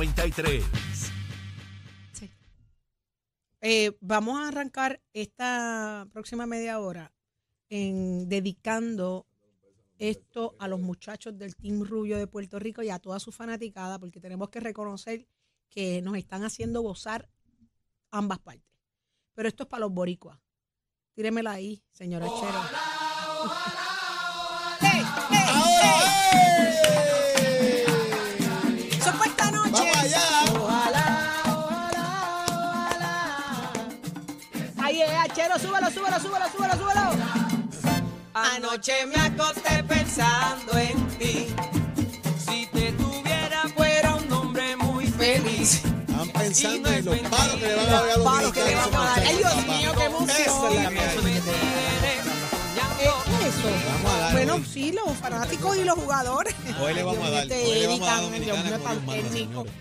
93. Sí. Eh, vamos a arrancar esta próxima media hora en dedicando esto a los muchachos del Team Rubio de Puerto Rico y a toda su fanaticada, porque tenemos que reconocer que nos están haciendo gozar ambas partes. Pero esto es para los boricuas. Tíremela ahí, señora Chero. Eso fue esta noche. ¡Vamos allá! Ojalá, ojalá, ojalá. Ahí es, Achero, súbelo, súbelo, súbelo, súbelo, súbelo. Anoche me acosté pensando en ti. Si te tuviera fuera un hombre muy feliz. Están pensando Y no en los es palos que le van a dar a los palos que le van a dar. Ay, Dios mío, qué Esa es la que hay. música. Eh, ¿Qué es eso? Vamos a darle. Bueno, sí, los fanáticos y los jugadores. Hoy le vamos a dar, Dios mío, hoy te le vamos a dar dedican, Dios mío, Dominicana con los tan mandos, técnico. señores.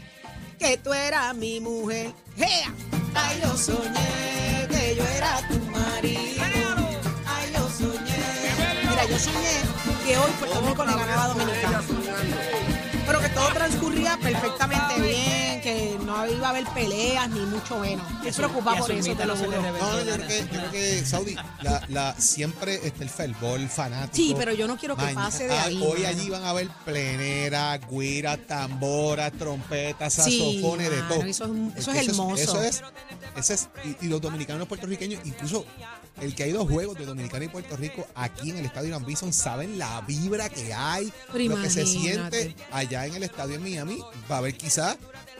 Que tú eras mi mujer. ¡Gea! Ay, yo soñé que yo era tu marido. Ay, yo soñé. Mira, yo soñé que hoy Puerto Rico le ganaba a Dominicana. Pero que todo transcurría perfectamente bien, que no iba a haber peleas ni mucho menos. Me preocupaba por eso, te lo juro. No, no, yo creo que, yo creo que Saudi, la, la, siempre está el fervor fanático. Sí, pero yo no quiero que Maña- pase de ah, ahí, Hoy mano. allí van a ver pleneras, guiras, tamboras, trompetas, Sí, saxofones, de mano, todo. eso es un- eso es Porque hermoso. Eso es, eso es- y, y los dominicanos y los puertorriqueños, incluso el que ha ido a juegos de Dominicana y Puerto Rico aquí en el Estadio Irán Bison, saben la vibra que hay, Pero lo que se imagínate. siente allá en el Estadio en Miami. Va a haber quizás,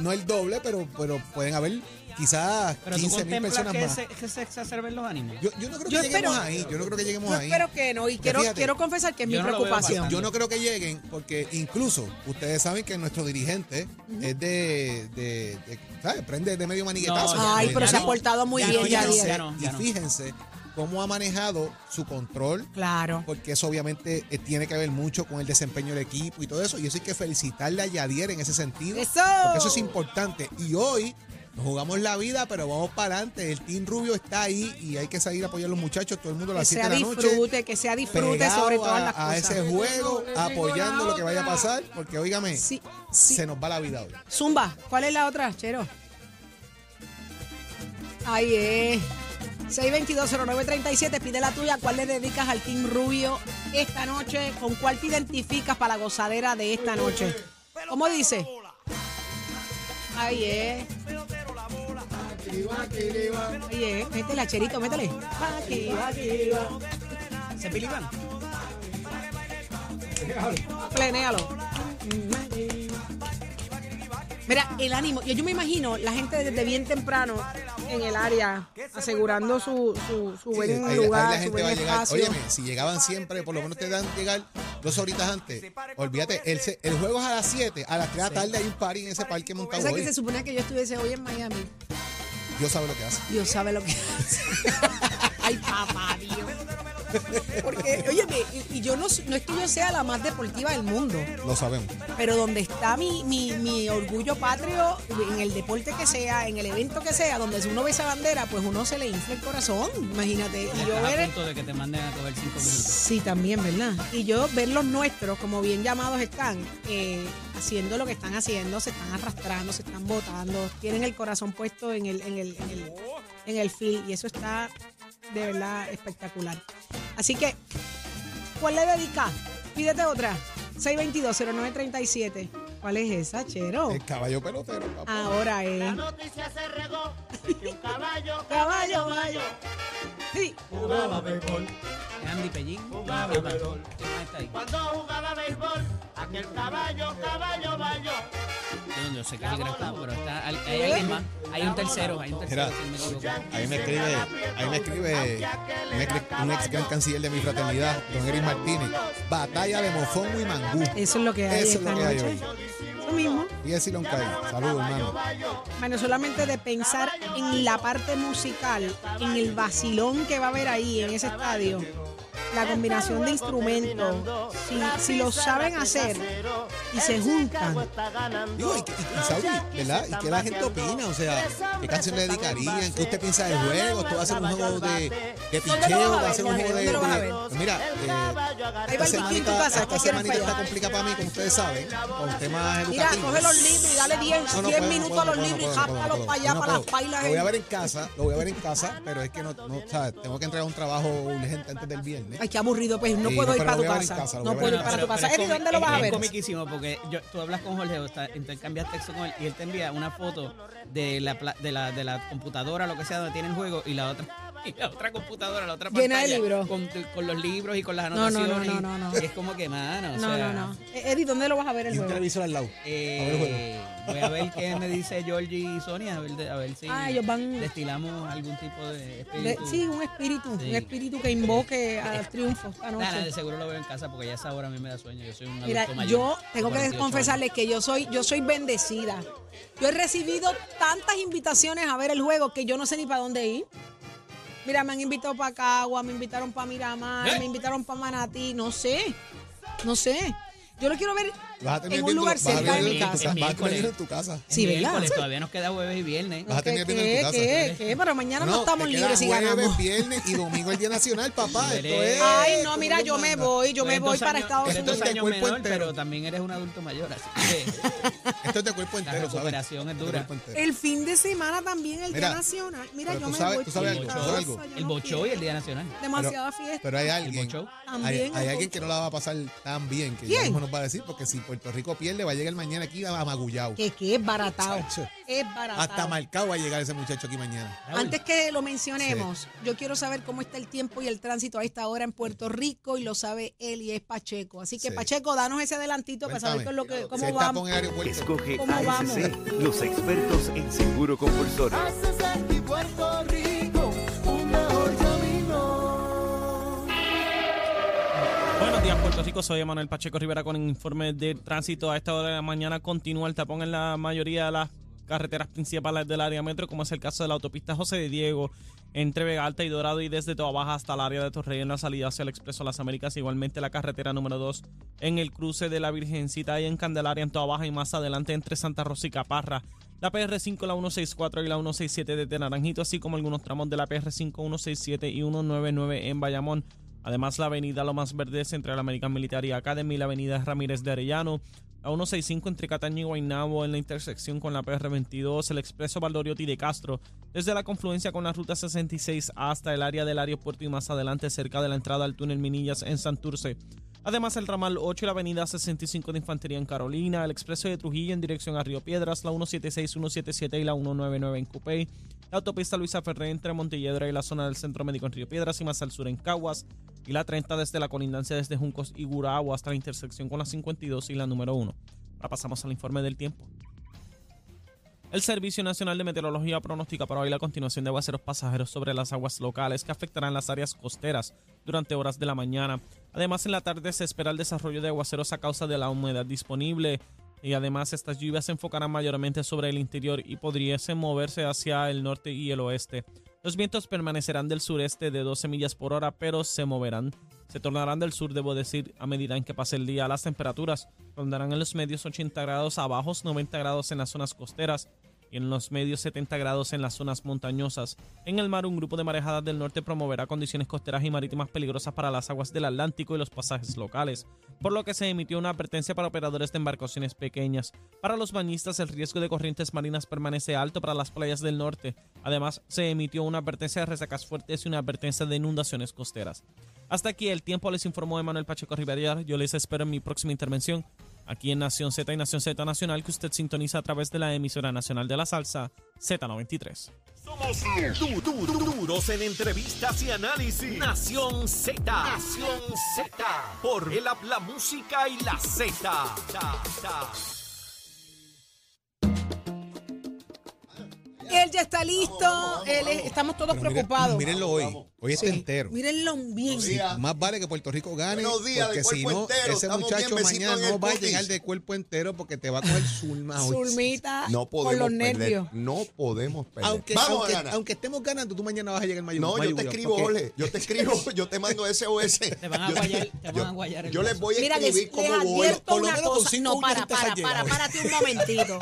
no el doble, pero, pero pueden haber quizás Pero tú 15 mil contemplas personas que más. se, que se exacerben los ánimos. Yo, yo no creo que Yo lleguemos espero- ahí. Yo no creo que lleguemos Yo ahí. espero que no, y Porque quiero, fíjate, quiero confesar que es mi yo no lo veo preocupación. pasando. yo no creo que lleguen, porque incluso ustedes saben que nuestro dirigente es de, de- de- ¿sabes? Prende de medio maniquetazo. No, Ay, De- pero de- se ha no, portado muy ya bien, no, ya, ya no, fíjense, Yadier. ya no, y fíjense cómo ha manejado su control, Claro. porque eso obviamente eh, tiene que ver mucho con el desempeño del equipo y todo eso. Y eso hay que felicitarle a Yadier en ese sentido. ¡Eso! Porque eso es importante. Y hoy nos jugamos la vida, pero vamos para adelante. El Team Rubio está ahí y hay que salir a apoyar a los muchachos, todo el mundo a Que las 7 sea de la noche. disfrute, que sea disfrute pegado sobre todas a, las a cosas. ese juego, apoyando lo que vaya a pasar, porque óigame, Sí, sí. se nos va la vida hoy. Zumba, ¿cuál es la otra, Chero? Ahí es. 6220937, pide la tuya. ¿Cuál le dedicas al Team Rubio esta noche? ¿Con cuál te identificas para la gozadera de esta noche? ¿Cómo dice? Ahí es. Ahí es. Métele, Cherito, métele. Aquí, aquí va. ¿Se piliban? Plenéalo. Mira, el ánimo. Yo, yo me imagino la gente desde bien temprano en el área asegurando su, su, su Sí, buen ahí- ahí lugar, la su gente buen va a llegar. espacio. Óyeme, si llegaban siempre, por lo menos te dan llegar dos horitas antes. Olvídate, el, se- el juego es a las 7, a las 3 de la tarde hay un party en ese parque O montado sea, hoy. que se suponía que yo estuviese hoy en Miami. Dios sabe lo que hace. Dios sabe lo que hace. Ay, papá, Dios. Porque, óyeme, y, y yo no, no es que yo sea la más deportiva del mundo, Lo sabemos. pero donde está mi, mi, mi orgullo patrio, en el deporte que sea, en el evento que sea, donde si uno ve esa bandera, pues uno se le infla el corazón, imagínate. Y yo Estás a ver... punto de que te manden a coger cinco minutos. Sí, también, ¿verdad? Y yo ver los nuestros, como bien llamados están, eh, haciendo lo que están haciendo, se están arrastrando, se están botando, tienen el corazón puesto en el, en el, en el, en el field, y eso está de verdad espectacular. Así que, ¿cuál le dedica? Pídete otra. 622-0937. ¿Cuál es esa, Chero? El caballo pelotero, papá. Ahora es. La noticia se regó caballo, caballo, caballo. Sí. Andy Pellín. Ah, está ahí. Yo no sé qué es el gran combo, pero está, hay, ¿Eh? hay alguien más. Hay un tercero, hay un tercero. Mira. si no me equivoco. Ahí me escribe, ahí me escribe un ex- un ex gran canciller de mi fraternidad, don Eric Martínez. Batalla de mofongo y mangú. Eso es lo que hay Eso es esta lo que hay noche. hoy. Eso mismo. Y así lo han caído. Saludos, hermano. Bueno, solamente de pensar en la parte musical, en el vacilón que va a haber ahí en ese estadio, la combinación de instrumentos, si, si lo saben hacer y se juntan, Digo, y, que- y- y Saudi, ¿verdad? ¿Y qué la gente opina? O sea, ¿qué canción le dedicarían? ¿Qué usted piensa del juego? ¿Esto va a ser un juego de, de ¿Dónde lo picheo? vas a ¿Va a ser un ver, juego de...? Jorge? ¿Dónde de- lo vas mira, eh, ahí va el piquín en tu esta semanita, casa, que esta quiero semanita está esperar. complicada para mí, como ustedes saben, con temas Mira, educativos. coge los libros y dale 10 No, no 10 puedo, no minutos puedo, a los no puedo, libros no y puedo, no jápalos puedo, para allá, no para las puedo. pailas. Lo voy a ahí. ver en casa, lo voy a ver en casa, pero es que no, no o sea, tengo que entregar un trabajo urgente antes del viernes. Ay, qué aburrido, pues no Sí, puedo no, ir pero para lo tu voy a ver en casa. casa, lo no voy a puedo ver ir en para tu pero- casa. pero Eddie, es comi- ¿dónde lo vas a es- Es ver? comiquísimo porque yo, tú hablas con Jorge, o sea, intercambias texto con él y él te envía una foto de la, pla- de la, de la computadora, lo que sea, donde tiene el juego y la otra. Y la otra computadora, la otra Llena de pantalla, libros. Con, con los libros y con las No, no, no, anotaciones. y- no, no, no. Y es como que, mano, o No, sea, no, no. Eh, Eddie, ¿dónde lo vas a ver el Y un juego? televisor al lado. A ver el juego. Eh, voy a ver qué me dice Georgie y Sonia, a ver, de- a ver si Ah, ellos van- destilamos algún tipo de De- espíritu. sí, un espíritu, Sí. un espíritu que invoque al triunfo esta Nah, nah, de noche. seguro lo veo en casa porque ya esa hora a mí me da sueño. Yo soy un adulto Mira, mayor. yo tengo de 48 que años. confesarles que yo soy, yo soy bendecida. Yo he recibido tantas invitaciones a ver el juego que yo no sé ni para dónde ir. Mira, me han invitado para Cagua, me invitaron para Miramar, ¿Eh? me invitaron para Manatí, no sé, no sé. Yo lo quiero ver Vas a tener en un viéndolo- lugar vas a cerca de tener mi viéndolo en tu casa. casa, Vas a tener Miércoles. viéndolo en tu casa. Es Sí, Ah. ¿verdad? miércoles, todavía nos queda jueves y viernes. Vas a tener ¿Qué, viendo en tu casa. qué, qué? Pero mañana no, te estamos queda libres y jueves, ganamos. viernes y domingo el Día Nacional, papá. Esto es, Ay, no, como mira, Dios yo me manda. voy, Pues yo me voy para Estados Unidos. Unidos. Esto es de cuerpo menor, entero. pero también eres un adulto mayor, así que Esto es de cuerpo entero, ¿sabes? recuperación es De dura. cuerpo entero. El fin de semana también, el Día Mira, Nacional. Mira, pero yo tú me sabes- voy tú sabes para algo, mi tú sabes casa, algo. yo el no bochó y quiero. el Día Nacional. Demasiada fiesta. Pero hay El alguien, bochó. hay, También hay el alguien que no la va a pasar tan bien, que ya ¿Quién? mismo nos va a decir, porque si Puerto Rico pierde, va a llegar mañana aquí a magullado. Que, que es baratado. Chacho. Es baratado. Hasta marcado va a llegar ese muchacho aquí mañana. Raúl, Antes que lo mencionemos, yo quiero saber cómo está el tiempo y el tránsito a esta hora en Puerto Rico y lo sabe él y es Pacheco. Así que Sí. Pacheco, danos ese adelantito para saber con Cuéntame, lo que, si cómo está va. con el aeropuerto. Escoge ¿Cómo vamos? ASC, los expertos en seguro compulsorio. Buenos días, Puerto Rico. Soy Emanuel Pacheco Rivera con el informe de tránsito. A esta hora de la mañana continúa el tapón en la mayoría de las carreteras principales del área metro, como es el caso de la autopista José de Diego, entre Vega Alta y Dorado y desde Toa Baja hasta el área de Torrey en la salida hacia el Expreso Las Américas. Igualmente la carretera número 2 en el cruce de la Virgencita y en Candelaria en Toa Baja y más adelante entre Santa Rosa y Caparra. La PR5, la 164 y la 167 desde Naranjito, así como algunos tramos de la PR5, 167 y 199 en Bayamón. Además, la avenida Lo Más Verde es entre la American Military Academy y la avenida Ramírez de Arellano. La 165 entre Cataño y Guaynabo en la intersección con la PR22, el expreso Valdoriotti de Castro, desde la confluencia con la ruta 66 hasta el área del aeropuerto y más adelante cerca de la entrada al túnel Minillas en Santurce. Además, el ramal 8 y la avenida 65 de Infantería en Carolina, el expreso de Trujillo en dirección a Río Piedras, la 176, 177 y la 199 en Cupey, la autopista Luisa Ferré entre Montelledra y la zona del Centro Médico en Río Piedras y más al sur en Caguas, y la 30 desde la colindancia desde Juncos y Gurabo hasta la intersección con la 52 y la número 1. Ahora pasamos al informe del tiempo. El Servicio Nacional de Meteorología pronostica para hoy la continuación de aguaceros pasajeros sobre las aguas locales que afectarán las áreas costeras durante horas de la mañana. Además, en la tarde se espera el desarrollo de aguaceros a causa de la humedad disponible. Y además, estas lluvias se enfocarán mayormente sobre el interior y podrían moverse hacia el norte y el oeste. Los vientos permanecerán del sureste de 12 millas por hora, pero se moverán. Se tornarán del sur, debo decir, a medida en que pase el día. Las temperaturas rondarán en los medios 80 grados a bajos, 90 grados en las zonas costeras y en los medios 70 grados en las zonas montañosas. En el mar, un grupo de marejadas del norte promoverá condiciones costeras y marítimas peligrosas para las aguas del Atlántico y los pasajes locales, por lo que se emitió una advertencia para operadores de embarcaciones pequeñas. Para los bañistas, el riesgo de corrientes marinas permanece alto para las playas del norte. Además, se emitió una advertencia de resacas fuertes y una advertencia de inundaciones costeras. Hasta aquí el tiempo, les informó Emanuel Pacheco Rivera. Yo les espero en mi próxima intervención aquí en Nación Z y Nación Z Nacional, que usted sintoniza a través de la emisora nacional de la salsa Z93. Somos du- du- du- duros en entrevistas y análisis. Nación Z. Nación Z. Por el app, la música y la Z. ¡Ey! Joel ya está listo. Él es- estamos todos Pero mira- preocupados. Mírenlo hoy. Hoy está Sí. entero. Mírenlo bien. Sí. días. Más vale que Puerto Rico gane. Buenos días, porque de si cuerpo no, entero. ese Estamos bien, muchacho besito mañana en el no va a cutis. llegar de cuerpo entero porque te va a coger Zulma hoy. Zulmita No con podemos los perder. nervios. No podemos perder. Aunque, Vamos aunque, a ganar. aunque estemos ganando, tú mañana vas a llegar mayor. no, yo mayor, te escribo, porque- Ole. Yo te escribo, yo te mando SOS. Te van a Yo- guayar, te van yo- a guayar el Yo les brazo. voy a Mira, les, escribir les cómo voy. advierto por lo una menos con cosa. cinco No, para, uñas te has para, para, llegado. párate un momentito.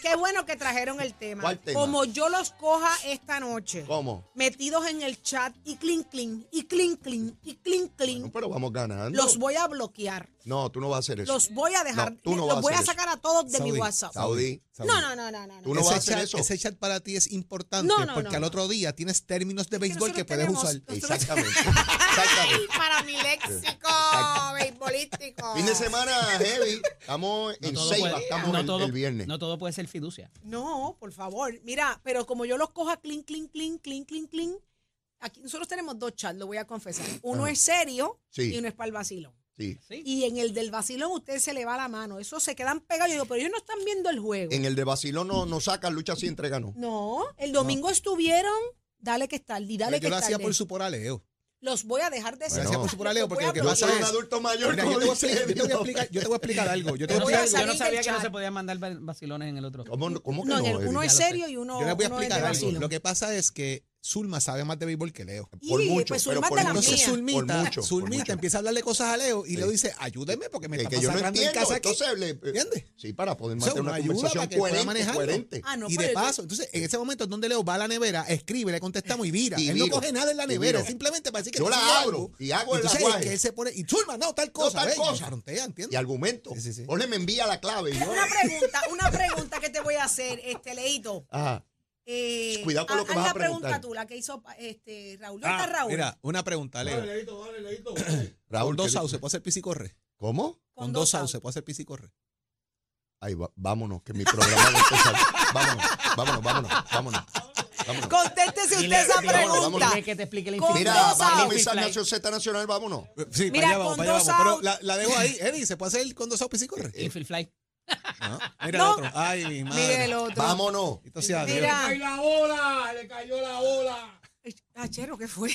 Qué bueno que trajeron el tema. ¿Cuál tema? Como yo los coja esta noche. ¿Cómo? Metidos en el chat y clink, clink, y clink, clink, y clink, No, clink. pero vamos ganando. Los voy a bloquear. No, tú no vas a hacer eso. Los voy a dejar. No, tú no vas los a voy a hacer eso. sacar a todos de mi Saudí, WhatsApp. Saudí. No, no, no, no, no. no. Tú no ese, vas a hacer chat, eso. ese chat para ti es importante No, no, porque no, al no. otro día tienes términos de béisbol que, nosotros puedes tenemos- usar. Exactamente. Ay, Exactamente. para mi léxico beisbolístico. Fin de semana heavy. Estamos en todo Ceiba, puede- estamos no el, todo- el viernes. No todo puede ser fiducia. No, por favor. Mira, pero como yo los coja clink, clink, clink, clink, clink, clink. Aquí nosotros tenemos dos chats, lo voy a confesar. Uno es serio Sí. y uno es para el vacilón. Sí. Sí. Y en el del vacilón usted se le va la mano. Eso se quedan pegados. Yo digo, pero ellos no están viendo el juego. En el de Basilón no, no sacan lucha así, entrega no. No, el domingo estuvieron. Dale que es tarde, y dale Pero yo que lo es hacía tarde. por su poraleo. Los voy a dejar de Yo lo hacía por su poraleo Los voy porque a lo que Yo bloquear. pasa soy un es- adulto mayor. Mira, como yo, te voy a dice explicar, yo te voy a Eddie. explicar- yo te voy a explicar algo. Yo te Yo voy no a voy a sabía, yo explicar no salir sabía del que no chat. se podían mandar va- vacilones en el otro. ¿Cómo, cómo que No, no? en el- Eddie? uno ya es lo sé. serio y uno, Yo les voy a uno es explicar de algo. vacilón. Lo que pasa es que Zulma sabe más de béisbol que Leo. Y, Por mucho, pues, pero Zulma por de las mucho. Entonces mías. Zulmita, Por mucho, por Zulmita mucho. empieza a hablarle cosas a Leo y Sí. Leo dice, ayúdeme porque me Que- está que yo no pasando en entiendo. casa aquí. Entonces, le- eh, ¿Entiendes? Sí, para poder O sea, mantener una ayuda para conversación que pueda coherente. manejarlo. coherente. Ah, no, y pero de eso- paso, entonces en ese momento es donde Leo va a la nevera, escribe, le contestamos y vira. Y él no viro, coge nada en la y nevera, viro. simplemente para decir que Yo está la haciendo abro algo. y hago el Entonces, lenguaje. que él se pone, y Zulma, no, tal cosa. tal ve, y nos cosa. frontea, ¿entiendes? Y argumento. Sí, sí, sí. Ole me envía la clave. y yo- Una pregunta, una pregunta que te voy a hacer, este Leito. Ajá. Eh, Cuidado con lo haz- que haz vas a la pregunta preguntar. tú, la que hizo este, Raúl. ¿Dónde Ah, está Raúl? Mira, una pregunta, Leo. Raúl, Con dos ¿qué- sauces, pues. ¿puede hacer pis y corre? ¿Cómo? Con Con dos dos sauces. sauces, ¿puede hacer pis y corre? Ay, va- vámonos, que mi programa va a empezar. Vámonos, vámonos, vámonos, vámonos. vámonos. Contéstese usted Dile- esa dile- pregunta. dile que te explique la Con Mira, dos vamos a sauces. comenzar Nación Z Nacional, vámonos. Eh, Sí, Mira, para allá vamos, con para allá dos vamos. Pero outs. la, la dejo ahí, Eddie, ¿se puede hacer con dos sauces pis y corre? Y Phil Fly. No, Mira No. el otro. Ay, mi madre. Mire el otro. Vámonos. Esto sea, Dios. Mira. la bola! ¡Le cayó la bola! Ay, Chero, ¿qué fue?